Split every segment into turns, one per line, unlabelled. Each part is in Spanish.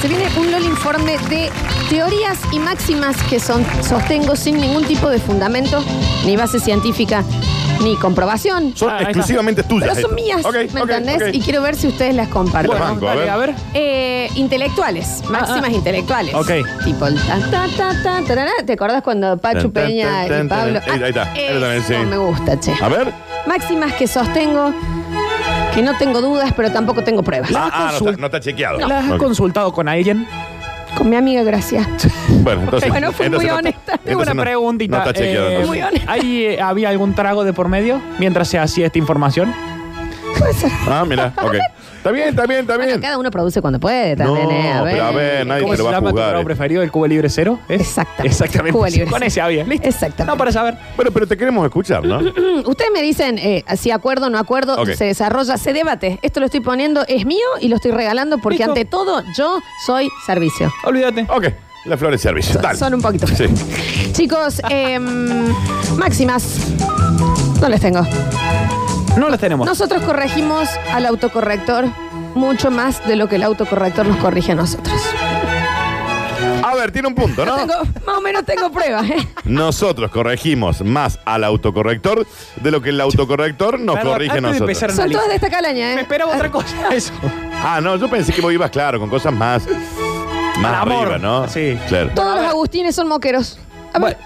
Se viene un LOL informe de teorías y máximas que son, sostengo sin ningún tipo de fundamento, ni base científica, ni comprobación.
Son
Ah, ahí está.
exclusivamente tuyas.
Pero son
estas.
mías,
Ok,
¿me
ok,
entendés?
ok.
Y quiero ver si ustedes las comparten.
Bueno, banco, a
dale,
ver.
a ver.
Eh, intelectuales, máximas
ah.
intelectuales.
Ok.
Tipo el ta, ta, ta, ta, tarara. ¿Te acordás cuando Pachu
Tan, tan,
Peña
tan, tan,
y Pablo?
tan. Ahí- ahí está.
Ah,
Ahí lo tenés,
eso
sí. Ah.
me gusta, che.
A ver.
Máximas que sostengo, que no tengo dudas, pero tampoco tengo pruebas.
Ah, ah, no,
consulta.
está, no está chequeado.
¿Las has
Ok.
consultado con alguien?
Con mi amiga Gracia.
Bueno, entonces.
Bueno, fui muy
entonces no-
honesta.
entonces
Tengo una
no-
preguntita.
No está chequeado.
eh,
entonces.
Muy honesta.
¿Ahí eh, había algún trago de por medio mientras se hacía esta información?
Ah, mira, ok. Está bien, está bien, está
Bueno,
bien.
cada uno produce cuando puede también,
No,
eh,
pero a ver, nadie
¿Cómo
te
se
lo va a
llama tu
juzgar.
trago
eh.
preferido? ¿El Cuba Libre Cero? ¿Es?
Exactamente.
Exactamente.
Cuba Libre
Con
Cero.
ese había. ¿Listo?
Exactamente.
No, para saber.
Bueno, pero te queremos escuchar, ¿no?
Mm, Ustedes me dicen eh, si acuerdo o no acuerdo,
Ok.
se desarrolla, se debate. Esto lo estoy poniendo, es mío y lo estoy regalando porque
Listo.
ante todo yo soy servicio.
Olvídate.
Ok, la flor de servicio. Dale.
Son un poquito.
Sí.
Chicos, em, máximas. No les tengo.
No las tenemos.
Nosotros corregimos al autocorrector mucho más de lo que el autocorrector nos corrige a nosotros.
A ver, tiene un punto, ¿no?
Tengo- más o menos tengo pruebas. ¿eh?
Nosotros corregimos más al autocorrector de lo que el autocorrector nos
Perdón,
corrige a
antes de
nosotros.
empezar-
Son todas de esta calaña. ¿eh?
Me esperaba otra cosa. Eso.
Ah, no, yo pensé que vos ibas, claro, con cosas más. Más
Al amor.
arriba, ¿no?
Sí.
Claro.
Todos los agustines son moqueros. A ver,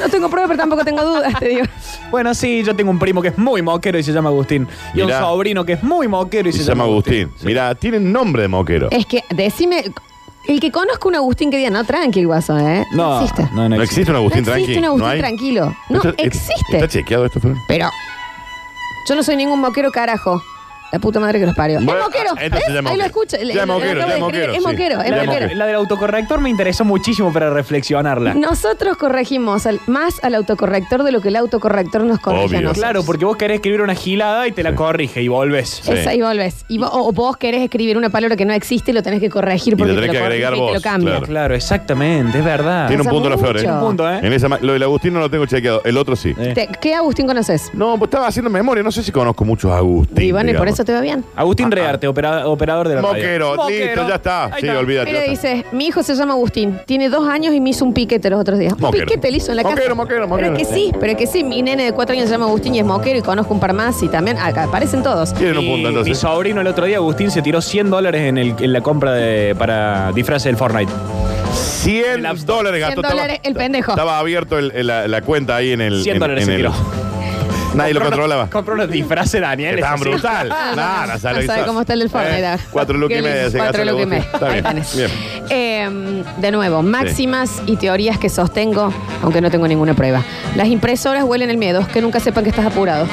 no tengo pruebas, pero tampoco tengo dudas, te digo.
Bueno, sí, yo tengo un primo que es muy moquero y se llama Agustín. Y
Mirá.
un sobrino que es muy moquero y,
Se llama Agustín. Mirá, tiene nombre de moquero.
Es que, decime, el que conozco un Agustín que diga, no, tranqui, el guaso, ¿eh?
No,
existe.
no, no,
No existe un Agustín
no
tranqui.
existe un Agustín
¿No hay?
tranquilo. No
Esto- esto-
existe.
¿Está chequeado esto, Flor?
Pero yo no soy ningún moquero carajo. La puta madre que los parió.
Bueno,
¡Es moquero!
ah, entonces
¿ves?
ya es
Ahí
moquero.
lo escucha.
Ya
Le-
es
le- le
moquero,
acabo
ya
de
es
escribir.
moquero,
Es
sí.
moquero, es
Ya es
moquero.
La del autocorrector me interesó muchísimo para reflexionarla.
Nosotros corregimos al- más al autocorrector de lo que el autocorrector nos corrige
Obvio.
a nosotros.
Claro, porque vos querés escribir una gilada y te la corrige y volvés.
Sí.
Esa, y volvés. Y vos, o vos querés escribir una palabra que no existe y lo tenés que corregir
Y
porque
le tenés
te lo
que agregar
corrige y te
vos,
lo cambia.
claro.
Claro, exactamente, es verdad.
Tiene un
Pasa
punto la
mucho.
flor, ¿eh?
Tiene
un punto, ¿eh?
En esa ma- lo del Agustín no lo tengo chequeado, el otro sí.
Eh.
Te- ¿Qué Agustín conoces?
No, pues estaba haciendo memoria, no sé si conozco muchos Agustín.
Y bueno, y por
digamos.
eso te va bien.
Agustín Rearte, opera- operador de la radio.
Ah, Moquero, listo, ya está.
Ahí
Sí, olvídate.
Mira,
ya está.
dice, mi hijo se llama Agustín, tiene dos años y me hizo un piquete los otros días. Un
Moquero.
piquete le hizo en la casa.
Moquero, moquero, moquero.
Pero es que sí, pero es que sí, mi nene de cuatro años se llama Agustín y es moquero y conozco un par más y también acá aparecen todos.
Tienen un
Mi,
punto
mi
entonces.
sobrino el otro día, Agustín, se tiró 100 dólares en, el- en la compra de, para disfraz del Fortnite.
100
El App Store.
dólares
100
gastó.
dólares el pendejo.
Estaba abierto el- el- la, la cuenta ahí en el.
100
en-
dólares
en
se
el-
tiró.
Nadie lo
Compró unos-
controlaba.
Compró unos disfraces, Daniel.
Que Estaban
es así.
brutal. Nada,
no,
sale
no Ah, sabe
quizás.
cómo está el del Fortnite,
Eh,
ah.
Cuatro lucas
Qué
y media.
lindo,
se
Cuatro
gasta
lucas y
el
media.
Agustín. Está
Ahí
bien.
tenés.
Bien.
Eh, de nuevo, máximas y teorías que sostengo, aunque no tengo ninguna prueba. Las impresoras huelen el miedo, que nunca sepan que estás apurado.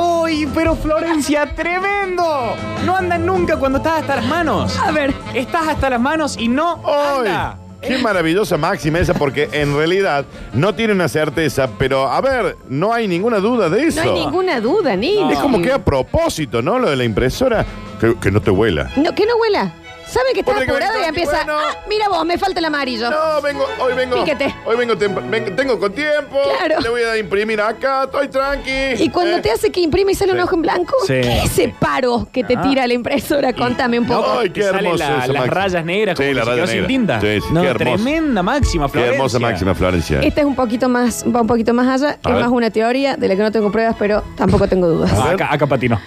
¡Uy, pero Florencia, tremendo! No andan nunca cuando estás hasta las manos.
A ver,
Estás hasta las manos y no
¡Ay!
anda.
Qué maravillosa máxima esa, porque en realidad no tiene una certeza, pero a ver, no hay ninguna duda de eso.
no hay ninguna duda, ni.
Es como que a propósito, ¿no? Lo de la impresora, que, que no te huela.
No, que no huela. Sabe que está
Ponle que
apurado y
venga,
empieza.
bueno.
"Ah, mira vos, me falta el amarillo.
No, vengo, hoy vengo.
Piquete.
Hoy vengo, tempr- vengo- tengo con tiempo.
Claro.
Le voy a imprimir acá, estoy tranqui.
Y cuando
Eh,
te hace que imprime y sale un
Sí.
ojo en blanco,
Sí.
¿qué es ese paro que te
Ah.
tira la impresora? Contame un poco.
Ay,
Te
qué
sale
hermoso
la-
esa
las
máxima.
rayas negras como
Sí,
que
la
se quedó
raya
sin
negra.
tinta.
Sí, sí,
No,
qué hermoso.
tremenda máxima,
Qué
Florencia.
hermosa máxima, Florencia.
Esta es un poquito más, va un poquito más allá.
A
es
ver.
más una teoría de la que no tengo pruebas, pero tampoco tengo dudas.
Ah, Acá, acá patino.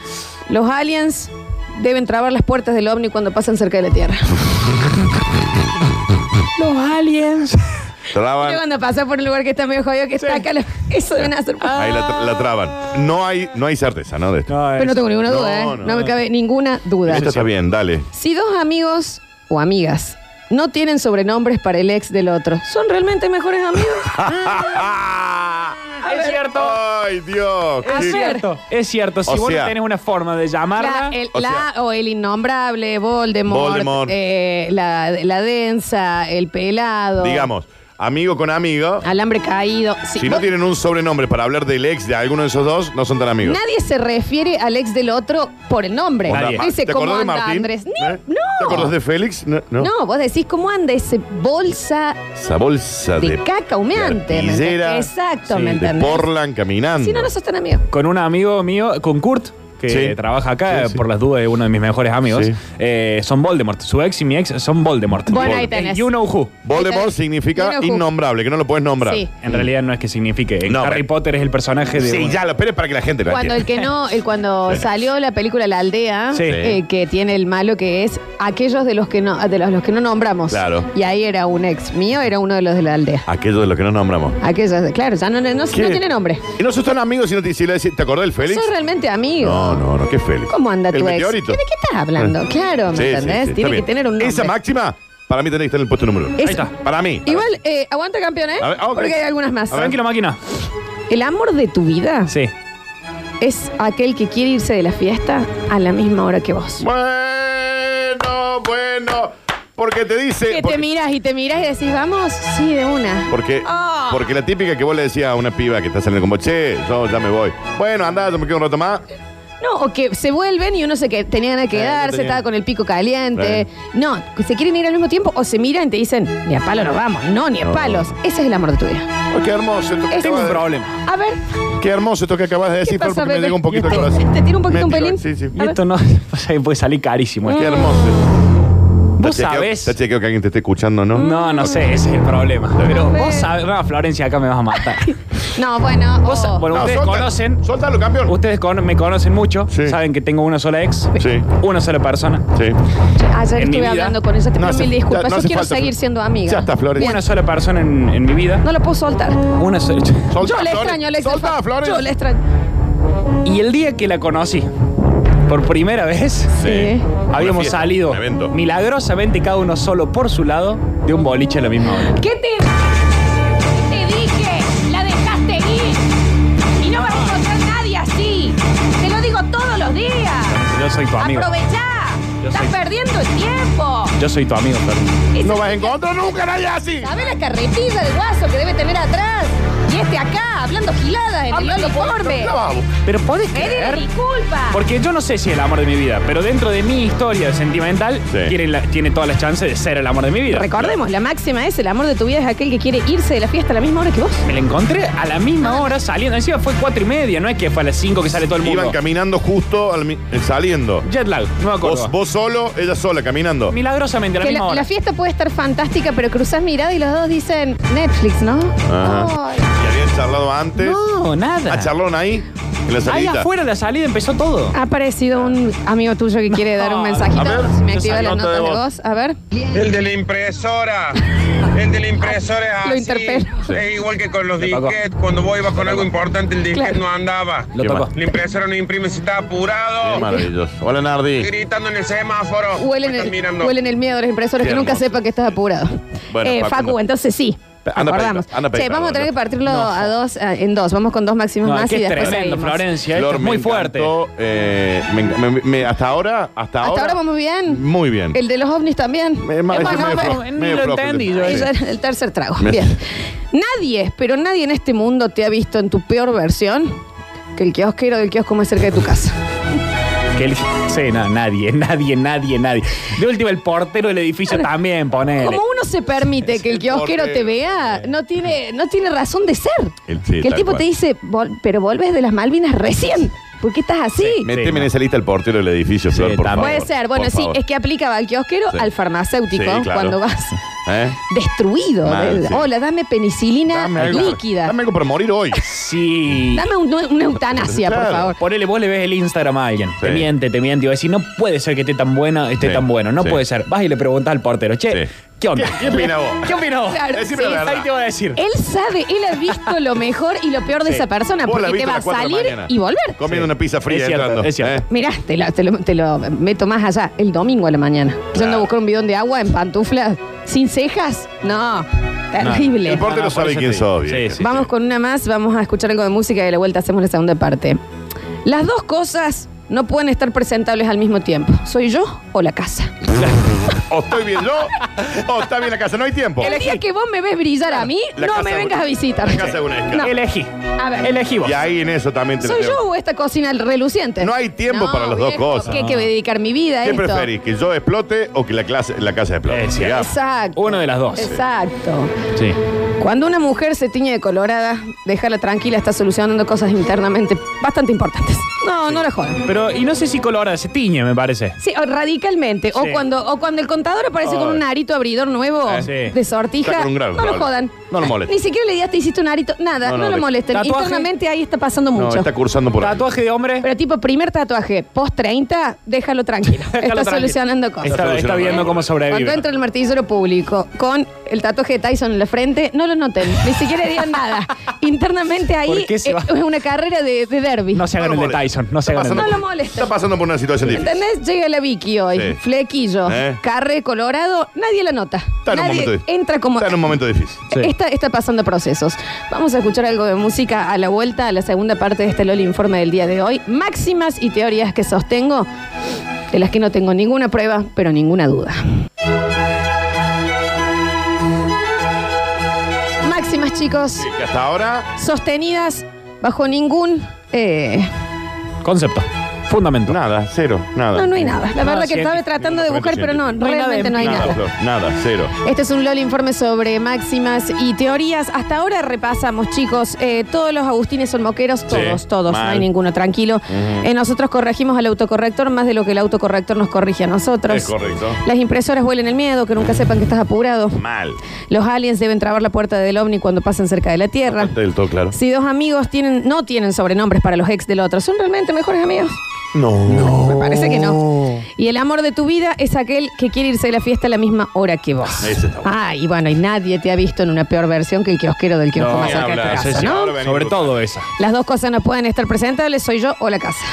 Los aliens deben trabar las puertas del ovni cuando pasan cerca de la Tierra. Los aliens.
Traban.
Pero cuando pasa por un lugar que está medio jodido, que está acá, lo- eso deben hacer.
Ah. Ahí la, tra- la traban. No hay, no hay certeza, ¿no? De esto.
No,
Pero no
es-
tengo ninguna
No,
duda, ¿eh?
no,
No, me cabe ninguna duda.
Esto está bien, dale.
Si dos amigos o amigas no tienen sobrenombres para el ex del otro, ¿son realmente mejores amigos? Ah.
Es cierto.
¡Ay, Dios!
A
qué-
Es
ver.
cierto. Es cierto. Si
O
vos
sea-
no tenés una forma de llamarla.
La, el,
O
la- o el innombrable, Voldemort,
Voldemort.
eh, la, la densa, el pelado,
Digamos, amigo con amigo.
alambre caído. Ah, Sí,
Si no
vos-
tienen un sobrenombre para hablar del ex de alguno de esos dos, no son tan amigos.
Nadie se refiere al ex del otro por el nombre.
Onda,
Nadie.
Ma-
Dice,
¿Te
¿cómo
acordás de
anda
Martín?
Andrés? Ni-
¿Eh?
No.
¿Te acordás de Félix? No. no.
No, vos decís, ¿cómo anda ese bolsa
Esa bolsa
de,
de,
caca humeante? ¿me entendés?
artillera,
Exacto,
sí,
¿me
de
de
entendés?
Portland caminando.
Si no, no sos tan amigo.
Con un amigo mío, con Kurt, que
Sí.
trabaja acá,
Sí, sí.
por las dudas de uno de mis mejores amigos,
Sí.
eh, son Voldemort. Su ex y mi ex son Voldemort.
Bueno,
Vol-
ahí tenés.
You know who.
Voldemort significa
Mira, Ju.
innombrable, que no lo puedes nombrar.
Sí.
En realidad no es que signifique.
No,
Harry
pero-
Potter es el personaje de.
Sí, ya lo esperes para que la gente lo
Cuando el
entienda.
que no, el cuando salió la película La Aldea,
Sí.
eh, que tiene el malo que es aquellos de los que no, de los, los que no nombramos.
Claro.
Y ahí era un ex mío, era uno de los de la aldea.
Aquello de lo que no nombramos.
Aquellos, de- claro, ya no, Ah, no, no
¿Qué?
tiene nombre.
Y no sos tan amigo si no te, si le decís, ¿te acordás del Félix?
Sos realmente amigo.
No, no, no, qué Félix.
¿Cómo anda
el
tu ex? ¿De
meteorito. Mm.
qué estás hablando? Claro, ¿me
Sí, sí,
entendés?
sí, está
tiene que
bien.
tener un nombre.
Esa máxima, para mí tenés que estar en el puesto número uno.
Es-
Ahí está.
Para mí.
Igual, eh, aguanta campeón, ¿eh?
A ver, ah, ok.
Porque hay algunas más.
A ver.
Tranquilo, máquina.
El amor de tu vida
Sí.
es aquel que quiere irse de la fiesta a la misma hora que vos.
Bueno, bueno. Porque te dice.
Que te
porque,
miras y te miras y decís, vamos, sí, de una.
porque,
Ah.
porque la típica que vos le decías a una piba que está saliendo como, che, yo ya me voy. Bueno, andá, yo me quedo un rato más.
No, o que se vuelven y uno se que tenían que
no
quedarse,
tenía.
estaba con el pico caliente.
Eh.
No, se quieren ir al mismo tiempo o se miran y te dicen, ni a palo nos vamos. No, ni a
No.
palos. Ese es el amor de tu vida.
Ay, qué hermoso esto que
Es-
acabas
Tengo un
de-
problema.
A ver,
Qué hermoso esto que acabas de decir,
pasa,
porque me
bebé?
llega un poquito el
Te-
corazón.
te tira un poquito
Me
un
tira,
pelín.
Sí, sí.
A
Y
ver. Mm.
esto no. pasa que puede salir carísimo. este.
Qué hermoso.
Vos
Está chequeo-
sabés.
Está chequeo que alguien te esté escuchando, ¿no?
No, no sé, ese es el problema. Pero
ver.
vos sabés. No, Florencia, acá me vas a matar.
no, bueno. oh,
Vos
o-
sa- bueno, ustedes
solta-
conocen.
Soltalo, campeón.
Ustedes cono- me conocen mucho.
Sí.
Saben que tengo una sola ex.
Sí,
Una sola persona.
sí.
Ayer
en mi
estuve
vida-
hablando con ella, te
No
pido
hace-
mil disculpas.
ya- no
Yo
hace
quiero
falta,
seguir
Flor.
siendo amiga.
Ya está, Flores.
Una sola persona en, en mi vida.
No la puedo soltar.
Una sola.
Soltá,
Yo la
Flores.
extraño, Alex.
Soltá,
Alfa.
Flores.
Yo la extraño.
Y el día que la conocí, por primera vez,
Sí.
habíamos
fiesta,
salido
un evento.
milagrosamente cada uno solo por su lado de un boliche a la misma hora.
¿Qué te, qué te dije? La dejaste ir. Y no vas a encontrar nadie así. Te lo digo todos los días.
Yo soy tu amigo.
Aprovechá.
Yo
Estás
soy-
perdiendo el tiempo.
Yo soy tu amigo, Flor.
Ese-
No vas a encontrar nunca a nadie así.
¿Sabés la carretilla del guaso que debe tener atrás? Y este acá, hablando giladas en el uniforme.
Clavado.
Pero podés
Pedir
creer.
disculpas.
Porque yo no sé si es el amor de mi vida, pero dentro de mi historia sentimental
Sí.
tiene, la- tiene todas las chances de ser el amor de mi vida.
Recordemos, la máxima es el amor de tu vida es aquel que quiere irse de la fiesta a la misma hora que vos.
Me la encontré a la misma hora saliendo. Encima fue cuatro y media, no es que fue a las cinco que sale todo el
Iban
mundo.
caminando justo al mi- eh, saliendo.
Jet lag, no me acuerdo.
Vos, vos solo, ella sola, caminando.
Milagrosamente a la
Que
misma
la,
hora.
la fiesta puede estar fantástica, pero cruzás mirada y los dos dicen Netflix, ¿no?
Ajá.
Ay.
Y habían charlado antes.
No, nada.
Ah, charlaron ahí, en la
Ahí
salita.
afuera de la salida empezó todo.
Ha aparecido un amigo tuyo que quiere dar un mensajito.
A ver,
Si me
yo
activa
saco
las notas
nota de
de
voz.
voz. A ver.
El de la impresora. El de la impresora
Lo
es así.
interpelo.
Es igual que con los
Le pagó.
disquetes. Cuando vos ibas con algo importante, el disquete
Claro.
no andaba.
Lo
Qué
tocó.
mal.
La impresora no imprime si está
Qué
apurado.
maravilloso. Hola, Nardi.
Gritando en el semáforo.
Huelen
Me están
el,
mirando.
huelen el miedo de los impresores
Qué
que nunca
hermoso.
sepan que estás apurado.
Bueno,
eh,
Facundo.
Facu, entonces sí.
Anda
Acordamos.
para ahí, anda para ahí,
Che, vamos a tener que partirlo a dos, a- en dos. Vamos con dos máximos
No,
más
que
y
es
después
tremendo,
seguimos.
Florencia. esto
Flor,
es
me
muy fuerte.
encantó, eh, me enc- me- me- hasta ahora, Mm. hasta,
Hasta ahora vamos bien.
Muy bien.
El de los ovnis también.
Me- ma-
Eh,
ese
bueno,
medio
bueno,
flojo,
bueno,
medio
lo
flojo el
entendí
de-
yo
Sí.
Ese era el tercer trago. Bien. Nadie, pero nadie en este mundo te ha visto en tu peor versión que el kiosquero del kiosco más cerca de tu casa.
Que el- sí, no, nadie, nadie, nadie, nadie. De última, el portero del edificio también, ponele.
Como uno se permite que el kiosquero
portero.
te vea, no tiene, no tiene razón de ser.
eh. El- sí,
que el
tal
tipo
cual.
te dice, "Vol- pero volves de las Malvinas recién. ¿Por qué estás así?
Méteme
Sí,
en esa lista el portero del edificio,
Sí,
Flor, por
también.
favor.
Puede ser, bueno,
por
sí,
favor.
es que aplicaba al kiosquero,
Sí.
al farmacéutico,
Sí, claro.
cuando vas
¿Eh?
destruido.
Mal,
de-
sí.
Hola, dame penicilina
algo-
líquida.
Dame algo para morir hoy.
Sí.
Dame un- una eutanasia, por
Claro.
favor.
Ponele, vos le ves el Instagram a alguien. Te
Sí.
miente, te miente. Y vas a decir, no puede ser que esté tan bueno, esté
Sí,
tan bueno. No
sí.
puede ser. Vas y le preguntas al portero, che,
Sí.
¿qué onda?
¿Qué- qué opina vos?
¿Qué opina vos?
Claro,
Decime
sí.
la verdad.
Ahí te va a decir.
Él sabe, él ha visto lo mejor y lo peor de
Sí.
esa persona,
Vos la
porque te
viste a
va a
las cuatro de la
salir
mañana.
y volver.
Comiendo
Sí.
una pizza fría
Es cierto,
entrando. ¿Eh?
es cierto.
Mirá, te lo, te lo- te lo meto más allá, el domingo a la mañana. Yo ando a buscar un bidón de agua en pantuflas, sin cejas. No, terrible.
El portero
No, no, Ah, por
sabe
eso
quién
te-
sos.
sí,
bien.
sí.
Vamos con una más, vamos a escuchar algo de música y de la vuelta hacemos la segunda parte. Las dos cosas no pueden estar presentables al mismo tiempo. ¿Soy yo o la casa?
O estoy bien yo, o está bien la casa. No hay tiempo.
El día que vos me ves brillar a mí,
La
no
casa
me
de-
vengas a visitar.
la casa de una escala.
Elegí.
A ver.
Elegí vos.
Y ahí en eso también te la
¿Soy
tengo.
yo o esta cocina reluciente?
No hay tiempo para las dos cosas.
¿Qué, que voy a dedicar mi vida a
¿Qué
esto?
preferís? ¿Que yo explote o que la, clase- la casa explote?
Es cierto.
Digamos.
Exacto.
Una de las dos.
Exacto.
Sí.
Cuando una mujer se tiñe de colorada, déjala tranquila, está solucionando cosas internamente bastante importantes. No, no la jodan.
Pero, y no sé si colora, se tiñe, me parece.
Sí, o radicalmente. O,
Sí.
cuando, o cuando el contador aparece con un arito abridor nuevo
Ah, sí.
de sortija.
Está con un grano,
no lo
claro.
jodan.
No lo molesten.
Ni siquiera le digas, te hiciste un arito. Nada, no,
No, no,
lo
le-
molesten.
¿Tatuaje?
Internamente ahí está pasando
No,
mucho.
está cursando por ahí.
¿Tatuaje de hombre?
Pero tipo, primer tatuaje, post 30, déjalo tranquilo.
Déjalo
está
tranquilo.
solucionando cosas.
Está, está viendo cómo
Cuando
sobrevive.
entra el martillero público con el tatuaje de Tyson en la frente, no lo noten, ni siquiera digan nada. Internamente ahí
¿Por qué se
eh,
va?
es una carrera de, de derby.
No se hagan el de Tyson, no se hagan el de
pasando- No
Tyson.
lo molesten.
Está pasando por una situación difícil.
¿Entendés? Llega la Vicky hoy,
Sí.
flequillo,
¿Eh?
carre colorado, nadie la nota.
Está en un
nadie
momento difícil.
entra como...
Está en un momento difícil.
Sí.
Está, está pasando procesos. Vamos a escuchar algo de música a la vuelta a la segunda parte de este LOL informe del día de hoy. Máximas y teorías que sostengo, de las que no tengo ninguna prueba, pero ninguna duda. Máximas, chicos,
Que hasta ahora
sostenidas bajo ningún. eh,
Concepto. Fundamento.
Nada, cero, nada.
no, no hay nada. La
No,
verdad que
científico,
estaba tratando de buscar, pero no,
científico.
No hay nada
realmente
en-
no hay
nada,
nada.
Flor, nada, cero.
Este es un LOL informe sobre máximas y teorías. Hasta ahora repasamos, chicos. Eh, todos los Agustines son moqueros, todos, todos. No
mal.
hay ninguno, tranquilo. Eh, nosotros corregimos al autocorrector más de lo que el autocorrector nos corrige a nosotros.
Es correcto.
Las impresoras huelen el miedo, que nunca sepan que estás apurado.
Mal.
Los aliens deben trabar la puerta del ovni cuando pasen cerca de la Tierra.
Está del todo claro.
Si dos amigos tienen, no tienen sobrenombres para los ex del otro, ¿son realmente mejores amigos?
No.
Me parece que no. Y el amor de tu vida es aquel que quiere irse de la fiesta a la misma hora que vos.
Ese está bueno.
Ah, y bueno, y nadie te ha visto en una peor versión que el kiosquero del kiosco
No,
más
ni
cerca de tu
hablar,
casa,
sí, sí.
¿no?
Ahora venimos.
Sobre todo esa.
Las dos cosas no pueden estar presentables, soy yo o la casa.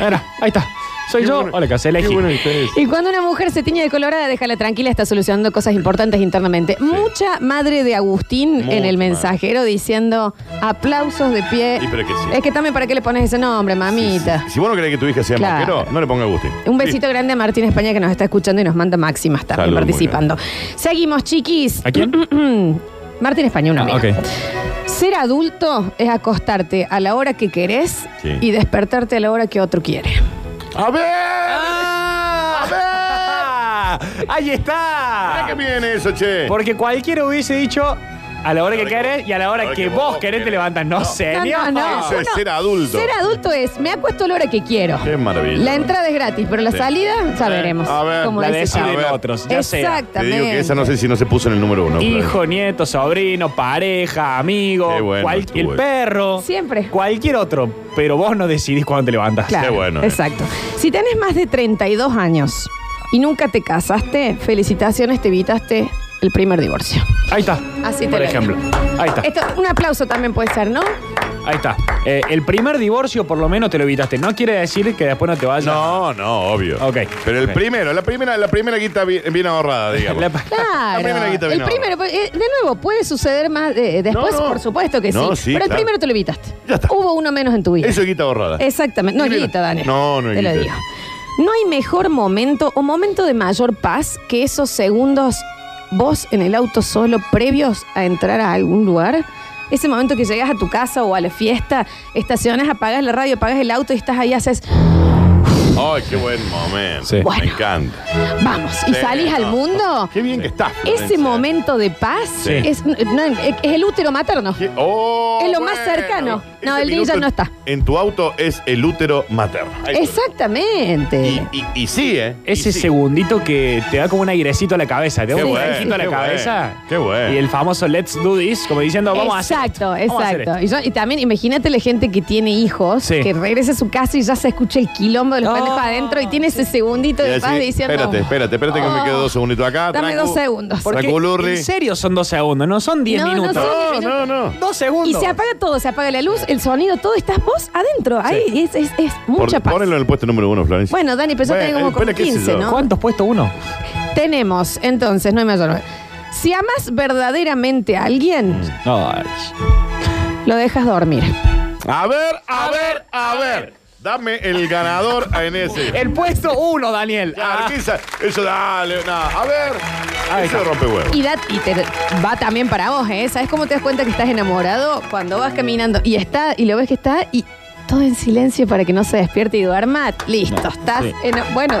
Era, ahí está. Soy
Qué
yo.
bueno.
Hola, que se elegí.
Qué bueno que estés.
Y cuando una mujer se tiñe de colorada, déjala tranquila, está solucionando cosas importantes internamente. Mucha madre de Agustín
Mucha
en el
madre.
mensajero diciendo aplausos de pie.
Y pero que sí.
Es que también para qué le pones ese nombre, mamita.
Si vos no querés que tu hija sea
Claro.
moquero, no le ponga Agustín.
Un besito grande a Martín España que nos está escuchando y nos manda máximas también
Saludos,
participando. Seguimos, chiquis.
¿A quién?
Martín España, una
Ah,
amiga.
ok.
Ser adulto es acostarte a la hora que querés
Sí.
y despertarte a la hora que otro quiere.
¡A ver!
¡Ah! ¡Ahí
Ah.
¿Para qué
está!
viene eso, che?
Porque cualquiera hubiese dicho a la hora que
Ahora que
querés
vos-
y a la hora
ahora
que vos querés te levantas.
No.
No,
No,
señor.
no,
Eso es
uno-
ser adulto.
Ser adulto es, me acuesto a la hora que quiero.
Qué maravilla.
La entrada es gratis, pero la
Sí.
salida ya veremos.
a ver,
cómo
La
dice
decide-
Pablo.
A
deciden
ver.
otros, ya sea.
Exactamente.
Te digo que esa no sé si no se puso en el número uno.
Hijo, nieto, sobrino, pareja, amigo,
Qué bueno
cual-
estuvo
el
eso.
perro.
Siempre.
Cualquier otro. Pero vos no decidís cuándo te levantas.
Claro,
Qué bueno, eh.
Exacto. Si tenés más de 32 años y nunca te casaste, felicitaciones, te evitaste el primer divorcio.
Ahí está.
Así te
Por
lo
ejemplo. Ahí está.
Esto, un aplauso también puede ser, ¿no?
Ahí está. Eh, el primer divorcio por lo menos te lo evitaste. No quiere decir que después no te vayas.
No, no, obvio.
Ok.
Pero el
Ok.
primero, la primera, la primera guita bien, bien ahorrada, digamos.
La-
Claro.
La primera guita
el
vino.
primero, eh, de nuevo, puede suceder más eh, después,
No, no.
por supuesto que sí.
No, sí,
Pero el
claro.
primero te lo evitaste.
Ya está.
Hubo uno menos en tu vida.
Eso es guita ahorrada.
Exactamente. No,
Sí,
Guita,
mira.
Daniel.
No, no es
Te lo
guita.
digo. No hay mejor momento o momento de mayor paz que esos segundos vos en el auto solo previos a entrar a algún lugar. Ese momento que llegas a tu casa o a la fiesta, estacionas, apagas la radio, apagas el auto y estás ahí, haces,
Ay, qué buen momento.
Sí.
Bueno.
Me encanta.
vamos, y
Sí,
salís al
no.
mundo.
Qué bien que estás.
Ese
Florencia.
momento de paz
Sí.
es, no, es el útero materno.
¿Qué? Oh,
Es lo más cercano. No,
Ese
el niño ya
minuto
no está.
En tu auto es el útero materno. Ahí está. Y,
Exactamente.
y, y sí, ¿eh? Y
Ese
sí.
segundito que te da como un airecito a la cabeza, te da
Qué
un
bueno,
airecito a la
qué
cabeza.
bueno, qué bueno.
Y el famoso let's do this, como diciendo, vamos
exacto,
a hacer. esto, vamos a hacer
exacto. Y, yo- y también imagínate la gente que tiene hijos,
Sí.
que regresa a su casa y ya se escucha el quilombo de los
Oh,
pendejos adentro y tiene ese segundito
Y
de paz
decir,
diciendo.
espérate, espérate, espérate que
Oh.
me quedo dos segunditos acá.
Dame
tranqui.
dos segundos.
esto. Porque
Tranculurri.
en serio son dos segundos, no son diez
No, no
minutos.
son-
No, no, no.
Dos segundos.
Y se apaga todo, se apaga la luz, el sonido, todo, estás vos adentro. Ahí es, es- es mucha
Por-
paz.
Ponelo en el puesto número uno, Florencia.
Bueno, Dani, pero yo
Bueno,
tengo como,
espera,
como
qué sé
15,
yo.
¿no?
¿Cuántos puestos uno?
Tenemos, entonces, no hay mayor. Si amas verdaderamente a alguien,
No. ay.
Mm.
lo dejas dormir.
A ver, a ver, a ver. Dame el ganador a ese.
El puesto uno, Daniel.
Ya,
Ah.
Arquiza, Eso, dale, nada. A ver.
Ahí
Eso
está.
rompe huevos.
Y, da- y te va también para vos, ¿eh? ¿Sabes cómo te das cuenta que estás enamorado? Cuando vas caminando y está, y lo ves que está, y todo en silencio para que no se despierte y duerma. Listo,
No,
estás.
sí.
ena- bueno,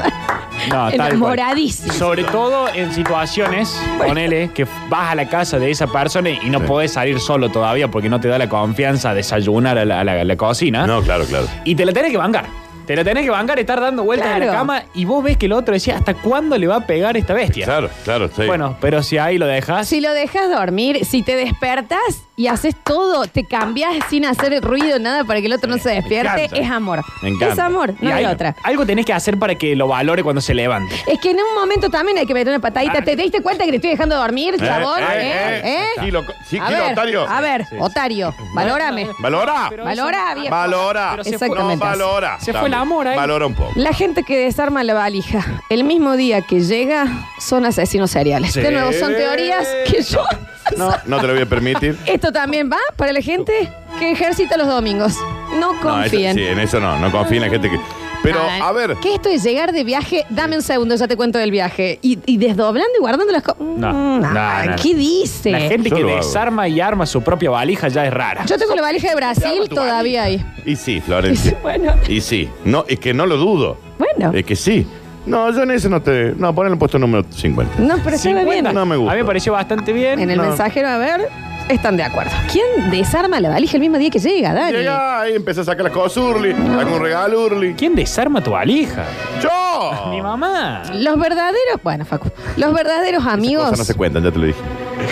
No, tal cual.
Enamoradísimo.
Sobre todo en situaciones, ponele, que vas a la casa de esa persona y no
Sí.
podés salir solo todavía porque no te da la confianza a desayunar a la, a la- a la cocina.
¿Ah? No, claro, claro.
Y te la tenés que bancar. Te la tenés que bancar, estar dando vueltas en la
Claro.
cama y vos ves que el otro decía, ¿hasta cuándo le va a pegar esta bestia?
Claro, claro, sí.
Bueno, pero si ahí lo dejas.
Si lo dejas dormir, si te despertas y haces todo, te cambias sin hacer ruido, nada para que el otro no se
me
despierte,
encanta.
es amor.
Me encanta.
Es amor,
y
no hay
ahí-
otra.
Algo tenés que hacer para que lo valore cuando se levante.
Es que en un momento también hay que meter una patadita.
Claro.
¿Te diste cuenta que te estoy dejando dormir,
Eh,
chabón?
eh,
¿Eh?
eh.
¿Eh?
Kilo- sí,
a,
kilo,
ver,
Otario.
a ver,
Sí, sí.
Otario, valórame.
¿Valora?
Pero eso-
Valora, viejo.
Valora.
Pero se fue-
No,
Exactamente. así.
valora.
Se fue el amor ahí.
Valora un poco.
La gente que desarma la valija el mismo día que llega son asesinos seriales.
Sí.
De nuevo, son teorías que yo.
No, no te lo voy a permitir.
Esto también va para la gente que ejercita los domingos. No
No, eso-
confíen.
sí, en eso no, no confíen la gente que. Pero,
Nada.
a ver,
¿Qué esto de llegar de viaje? Dame un segundo, ya te cuento del viaje. Y, y desdoblando y guardando las cosas.
No, no, no.
¿Qué dice?
La gente
Yo
que
lo hago.
desarma y arma su propia valija ya es rara.
Yo tengo la valija de
Llama
Brasil
tu
todavía ahí.
y sí, Florencia.
Bueno,
Y sí. No, es que no lo dudo.
bueno.
Eh,
Es que sí. No, yo en ese no te. No, pon el puesto número 50.
No, pero estaba
50.
bien.
No me gusta.
A mí me pareció bastante bien.
En el
No.
mensajero, a ver, están de acuerdo. ¿Quién desarma la valija el mismo día que llega, Dani?
Llega ahí, empieza a sacar las cosas Urli, saca un regalo Urli.
¿Quién desarma tu valija?
¡Yo!
Mi mamá.
Los verdaderos, bueno, Facu, los verdaderos
Esas
amigos,
cosas no se cuentan, ya te lo dije.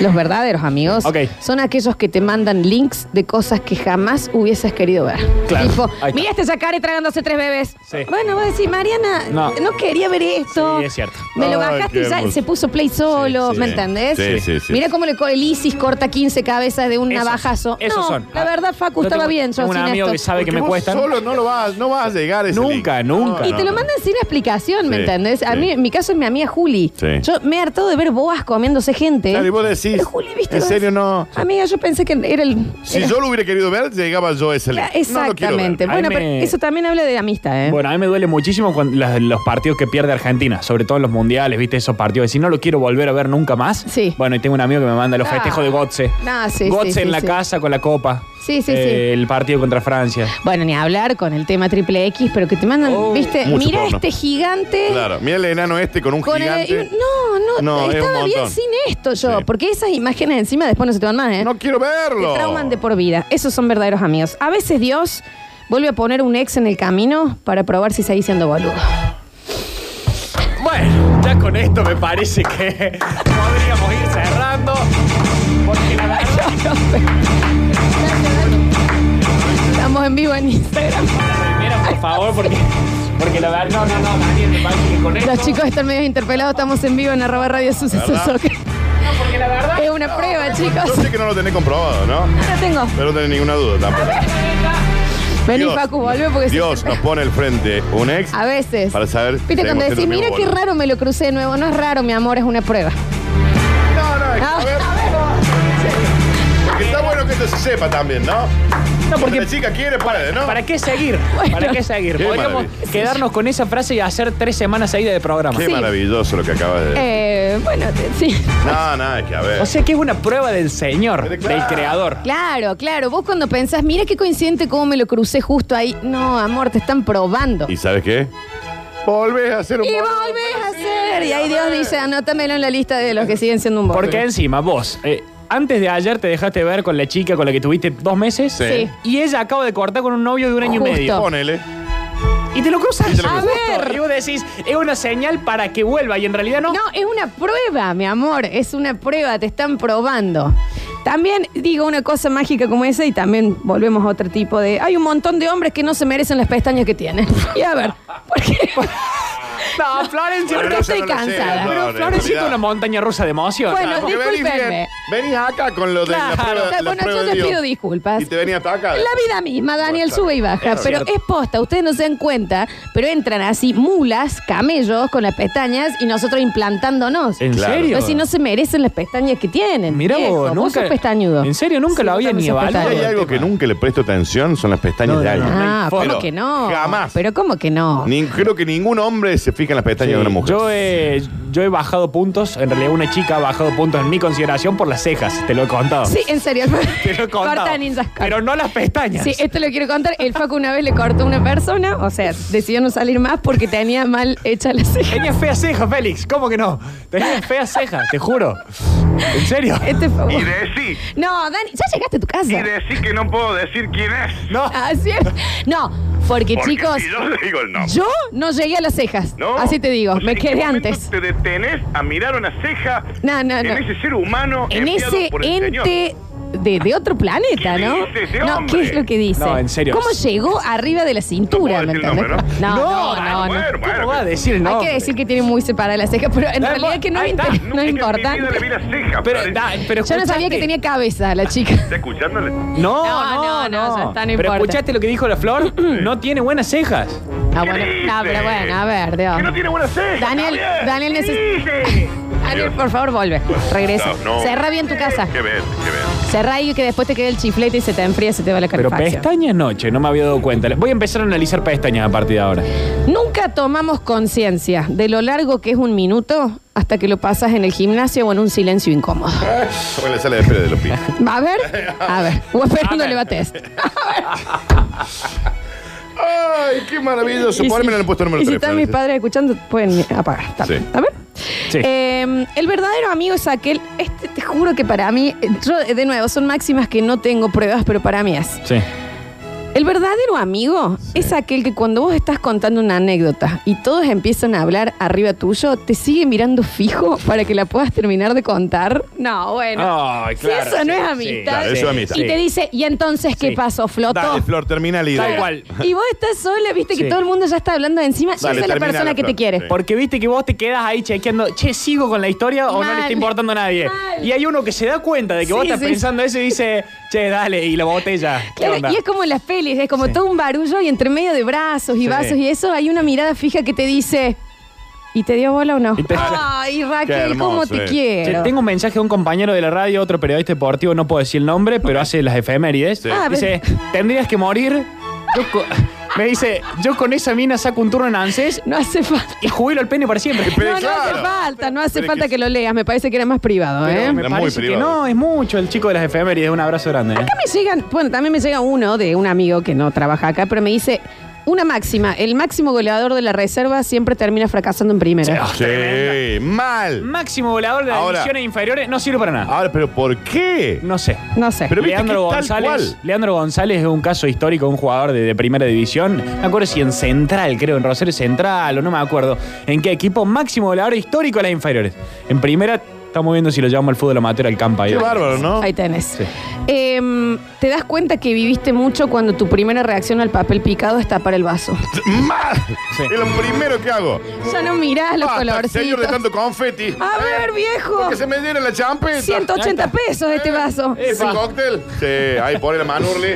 los verdaderos amigos,
Ok.
son aquellos que te mandan links de cosas que jamás hubieses querido ver.
Claro.
Tipo,
Ahí está.
mira este yacare tragándose tres bebés.
Sí.
Bueno, vos decís, Mariana, no,
No.
quería ver esto.
Sí, es cierto.
Me lo
Ay,
bajaste
qué
y ya
hermoso.
se puso play solo,
Sí, sí.
¿me entendés?
Sí, sí, sí.
Mira cómo le, co- el ISIS corta 15 cabezas de un
Esos-
navajazo.
esos
no,
son. Ah,
la verdad, Facu,
Yo
estaba
tengo-
bien. yo
tengo un
sin
amigo
esto.
que sabe que
Porque
me
vos
cuestan.
Solo no lo vas, no vas a llegar a ese
Nunca,
link.
nunca.
Y
No,
te lo
no, no.
mandan sin explicación, ¿me
Sí,
entendés? A
sí.
mí, en mi caso es mi amiga Juli.
Sí.
Yo me he hartado de ver boas comiéndose gente.
Claro, y vos decís,
Pero Juli, ¿viste?
en
Vos
serio
decís,
no.
Amiga, yo pensé que era el.
Si
era-
yo lo hubiera querido ver, llegaba yo a ese link.
Claro, Exactamente.
No
ver.
bueno,
Ahí
pero
me-
eso también habla de amistad, ¿eh?
Bueno, a mí me duele muchísimo cuando las- los partidos que pierde Argentina, sobre todo en los mundiales, ¿viste? Esos partidos. Si no lo quiero volver a ver nunca más.
Sí.
Bueno, y tengo un amigo que me manda los
Ah.
festejos de Gotze.
Ah, sí,
Gotze
sí,
en
sí,
la
sí.
casa con la copa. Eh,
Sí, sí, sí.
El partido contra Francia.
Bueno, ni hablar con el tema triple X, pero que te mandan,
Oh,
¿viste?
mucho
Mira
porno.
este gigante.
quiero ver. Claro, mira el enano este con un
Con el-
gigante.
y- no, no,
No, es un
estaba bien
montón.
sin esto yo,
Sí.
porque esas imágenes encima después no se te van más, ¿eh?
No quiero verlo.
Te trauman de por vida. Esos son verdaderos amigos. A veces Dios vuelve a poner un ex en el camino para probar si seguís siendo boludo.
Bueno, ya con esto me parece que podríamos ir cerrando. Porque la verdad.
Estamos en vivo en Instagram.
Mira, por favor, porque, porque la verdad. No, no, no, Daniel, me parece que con esto.
Los chicos están medio interpelados. Estamos en vivo en arroba radio sucesos.
¿Verdad?
ok.
Porque la verdad.
Es una prueba,
Yo
chicos.
sé que no lo tenés comprobado, ¿no?
Ahora tengo.
Pero no tenés ninguna duda tampoco.
Vení,
Dios-
Facu, volvé porque se-
Dios nos pone al frente un ex
A veces.
para saber si
Viste cuando
seguimos
decís,
siendo
mira
amigos
qué
o no".
raro me lo crucé de nuevo. No es raro, mi amor, es una prueba.
No, no, es que,
No.
a ver, porque está bueno que esto se sepa también, ¿no?
Eh,
No,
Porque
porque
la chica quiere, puede, ¿no?
¿Para qué seguir? ¿Para qué seguir?
Qué
Podríamos
maravilla.
quedarnos con esa frase y hacer tres semanas seguidas de programa.
Qué
Sí.
maravilloso lo que acabas de decir.
Eh, bueno, te- sí.
No, no, es que a ver.
O sea que es una prueba del señor,
Pero claro.
del creador.
Claro, claro. Vos cuando pensás, mira qué coincidente cómo me lo crucé justo ahí. No, amor, te están probando.
¿Y sabes qué? Volvés a hacer un
Y
boludo.
volvés a hacer. Y ahí Dios dice, anótamelo en la lista de los que siguen siendo un boludo.
Porque encima vos, eh, antes de ayer te dejaste ver con la chica con la que tuviste dos meses.
Sí.
Y ella acaba de cortar con un novio de un año
Justo.
y medio.
Ponele.
Y te lo cruzas.
Y te lo
A cruzas. ver.
Y vos decís, es una señal para que vuelva. Y en realidad no.
No, es una prueba, mi amor. Es una prueba, te están probando. También digo una cosa mágica como esa y también volvemos a otro tipo de... Hay un montón de hombres que no se merecen las pestañas que tienen. Y a ver, ¿por qué?
No, Florencia.
Porque
Pero eso
Pero,
estoy
lo sé,
cansada.
no,
pero
en
Florencia es
realidad.
una montaña rusa de emoción.
Bueno,
Porque venís
discúlpenme.
bien, Venís acá con lo de la
Claro.
prueba, la
Bueno,
prueba
yo
de
te
Dios.
pido disculpas.
Y te venía hasta acá.
La vida misma, Daniel,
Bueno,
sube y baja.
claro.
pero
Cierto.
es posta, ustedes no se dan cuenta, pero entran así mulas, camellos con las pestañas y nosotros implantándonos.
¿En
Claro.
serio?
Pero Pues si no se merecen las pestañas que tienen.
Mirá
viejo.
vos, nunca-
sos pestañudo.
en serio, nunca
Sí,
lo había
vos
ni
también sos
evaluado.
Si
pestañudo.
hay algo que nunca le presto atención son las pestañas
No,
de
no,
alguien.
no.
Ah, ¿cómo
Pero
que no?
jamás.
Pero ¿cómo que no?
Ni- creo que ningún hombre se fija en las pestañas de una mujer.
Yo, eh, yo he bajado puntos, en realidad una chica ha bajado puntos en mi consideración por las cejas, te lo he contado.
Sí, en serio.
Te lo he contado.
Corta, ninjas, corta.
Pero no las pestañas.
Sí, eh. esto lo quiero contar. El Facu una vez le cortó a una persona, o sea, decidió no salir más porque tenía mal hecha la ceja.
Tenía feas cejas, Félix. ¿Cómo que no? Tenía feas cejas, te juro. ¿En serio?
Este Facu.
Y decí,
No, Dani, ya llegaste a tu
y
casa.
decí que no puedo decir quién es.
No.
Así es. No, porque,
Porque
chicos,
si yo le digo el nombre.
yo no llegué a las cejas.
No.
Así te digo,
O sea,
me
Pues ¿en qué
quedé
momento
antes.
Te detenés a mirar una ceja
No, no,
en
no.
ese ser humano
En
enviado
ese
por el Señor.
ente de, de otro planeta,
¿Qué
¿no?
dice ese
no,
hombre?
¿qué es lo que dice?
No, en serio.
¿Cómo llegó arriba de la cintura?
No pues, puedo
¿me
decir el
entendés?
nombre,
no, no,
Dani,
no. no.
bueno,
¿Cómo va a decir no?
Hay que decir que tiene muy separada la ceja, pero en
Da,
realidad
vos-
que no,
ahí
es
está.
inter-
Nunca
no es
en mi vida le vi
importante.
la ceja.
Pero,
parece.
da, pero
Yo no sabía que
escuchate.
tenía cabeza la chica.
¿Está escuchándole?
No,
No, no,
no,
no, ya está, no
Pero
importa. Mm.
escuchaste lo que dijo la flor, no tiene buenas cejas.
Ah,
¿Qué
bueno,
dice?
no, pero bueno, a ver, Dios.
Que no tiene buena ceja.
Daniel,
Javier.
Daniel
¿Qué
neces-
dice?
Ariel,
Dios.
por favor, vuelve. Regresa.
No, no.
Cerra bien tu casa.
Eh, Qué bien, qué bien.
Cerra y que después te quede el chiflete y se te enfría y se te va la
Pero
calefacción.
pestañas noche, no me había dado cuenta. Voy a empezar a analizar pestañas a partir de ahora.
Nunca tomamos conciencia de lo largo que es un minuto hasta que lo pasas en el gimnasio o en un silencio incómodo.
O en la sala de espera de los pies.
¿Va a ver? A ver. O esperándole va test.
Ay, qué maravilloso.
Y
Ponme en el puesto número
y si
3.
están mis padres escuchando, pueden apagar. Está
Sí.
bien. A ver.
Sí.
Eh, el verdadero amigo es aquel. Este te juro que para mí, eh, yo eh, de nuevo, son máximas que no tengo pruebas, pero para mí es.
Sí.
El verdadero amigo es aquel que cuando vos estás contando una anécdota y todos empiezan a hablar arriba tuyo, te sigue mirando fijo para que la puedas terminar de contar. No, bueno.
Ay,
Si eso no es amistad.
Claro, eso es amistad.
Y te dice, ¿y entonces qué
Sí.
pasó? ¿Flotó?
Dale, Flor, termina la idea.
Da igual.
Y vos estás sola, viste que
Sí.
todo el mundo ya está hablando de encima. Esa
Dale,
es la
termina
persona
la
que te
frase,
quiere.
sí.
Porque viste que vos te quedas ahí chequeando, che, sigo con la historia o no
Mal.
le está importando a nadie.
Mal.
Y hay uno que se da cuenta de que vos
Sí,
estás
sí.
pensando eso y dice, che, dale, y la botella. ¿Qué
Claro,
onda?
y es como en las pelis, es como
Sí.
todo un barullo y entre medio de brazos y
Sí.
vasos y eso hay una mirada fija que te dice, ¿y te dio bola o no?
Y te-
Ay, Raquel,
hermoso,
¿cómo te
eh.
Che,
quiero?
tengo un mensaje de un compañero de la radio, otro periodista deportivo, no puedo decir el nombre, pero hace las efemérides.
Sí.
Ah,
Dice, tendrías que morir. Yo co- me dice, yo con esa mina saco un turno en ANSES
No hace falta.
y jubilo el pene para siempre.
Pero
no, no hace
claro.
falta, no hace
Pero es
falta que,
que-
lo leas, me parece que era más privado,
Pero
¿eh?
me
Es muy
parece que
privado.
no, es mucho el chico de las efemérides. Un abrazo grande. ¿eh?
Acá me llegan, bueno, también me llega uno de un amigo que no trabaja acá, pero me dice, una máxima, el máximo goleador de la reserva siempre termina fracasando en primera.
Sí, mal.
Máximo volador de las
Ahora-
divisiones inferiores no sirve para nada.
Ahora, pero ¿por qué?
No sé.
No sé.
Pero viste
Leandro
que es tal
González,
cual.
Leandro González es un caso histórico, un jugador de, de primera división. Me acuerdo si en Central, creo, en Rosario Central, o no me acuerdo. ¿En qué equipo? Máximo volador histórico de las inferiores. En primera, estamos viendo si lo llevamos al fútbol amateur al campo ahí.
Qué bárbaro, ¿no?
Ahí tenés.
Sí.
Em, te das cuenta que viviste mucho cuando tu primera reacción al papel picado es tapar el vaso.
Mal.
Sí.
Es lo primero que hago.
Ya no mirás los
Basta, Señor de
colorcitos.
tanto confeti.
A ver, viejo.
Que se me diera la champeta.
180 pesos este
Eh,
vaso.
¿Es un cóctel? Sí, ahí pone la mano, Urli.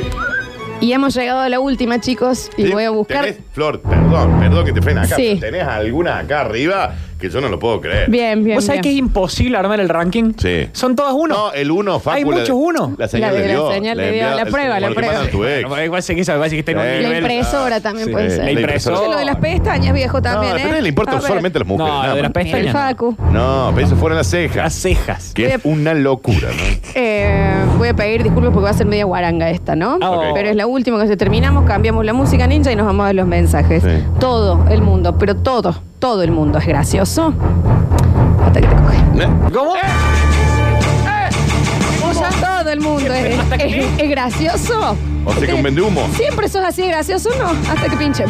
Y hemos llegado a la última, chicos. Y
Sí,
voy a buscar.
tenés- Flor, perdón, perdón que te frena acá.
Sí.
pero Tenés alguna acá arriba que yo no lo puedo creer.
Bien, bien.
¿Vos sabés que es
bien.
imposible armar el ranking?
Sí.
Son todas uno.
No, eh, el uno, Facu.
Hay
la-
muchos uno.
La señal
La de-
le
la
dio.
señal le dio,
envía-
la
el-
prueba, la
como lo que
prueba.
manda tu ex.
Bueno, igual sé que esa- parece que está en
Sí.
un
La
nivel-
impresora también
Sí.
puede ser.
La impresora.
Yo lo de las pestañas, viejo,
No,
también.
pero
¿eh?
no le
A
importan
ver.
solamente las mujeres.
No,
nada
de las
más.
El
pestañas. no.
Facu.
No, pero eso fueron las cejas.
Las cejas.
Que es una locura, ¿no?
Eh, voy a pedir disculpas porque va a ser media guaranga esta, ¿no?
Ah, ok.
Pero es la última que se terminamos, cambiamos la música ninja y nos vamos a los mensajes.
Sí.
Todo el mundo, pero todo, todo el mundo es gracioso. Hasta que te coge.
¿Eh?
¿Cómo?
Todo el mundo es,
¿Hasta que
es- es gracioso.
O sea que un vende humo.
Siempre sos así de gracioso, ¿no? Hasta que pinche.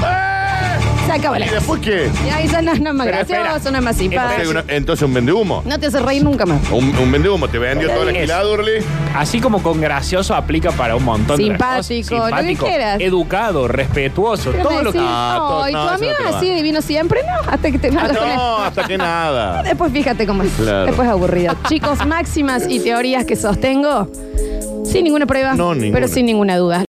Se acaba la
¿Y después qué?
Y ahí ya no, no es más
Pero espera.
gracioso, no es más
O sea,
simpático.
una- Entonces un vende humo.
No te hace reír nunca más.
Un, un vende humo. Te vendió todo el
Es-
alquilado, Urli.
Así como con gracioso aplica para un montón de otras
Simpático,
cosas.
lo que quieras.
Educado, respetuoso,
Pero me
todo lo que...
decís,
Ah, todo-
"Ay,
no,
tu
eso
amigo
no te
es
va. Ah,
así divino siempre, ¿no? Hasta que te vas
No, hasta que nada.
Después fíjate cómo es.
Claro.
Después aburrido. Chicos, máximas y teorías que sostengo. Sin ninguna prueba,
No, ninguna.
pero sin ninguna duda.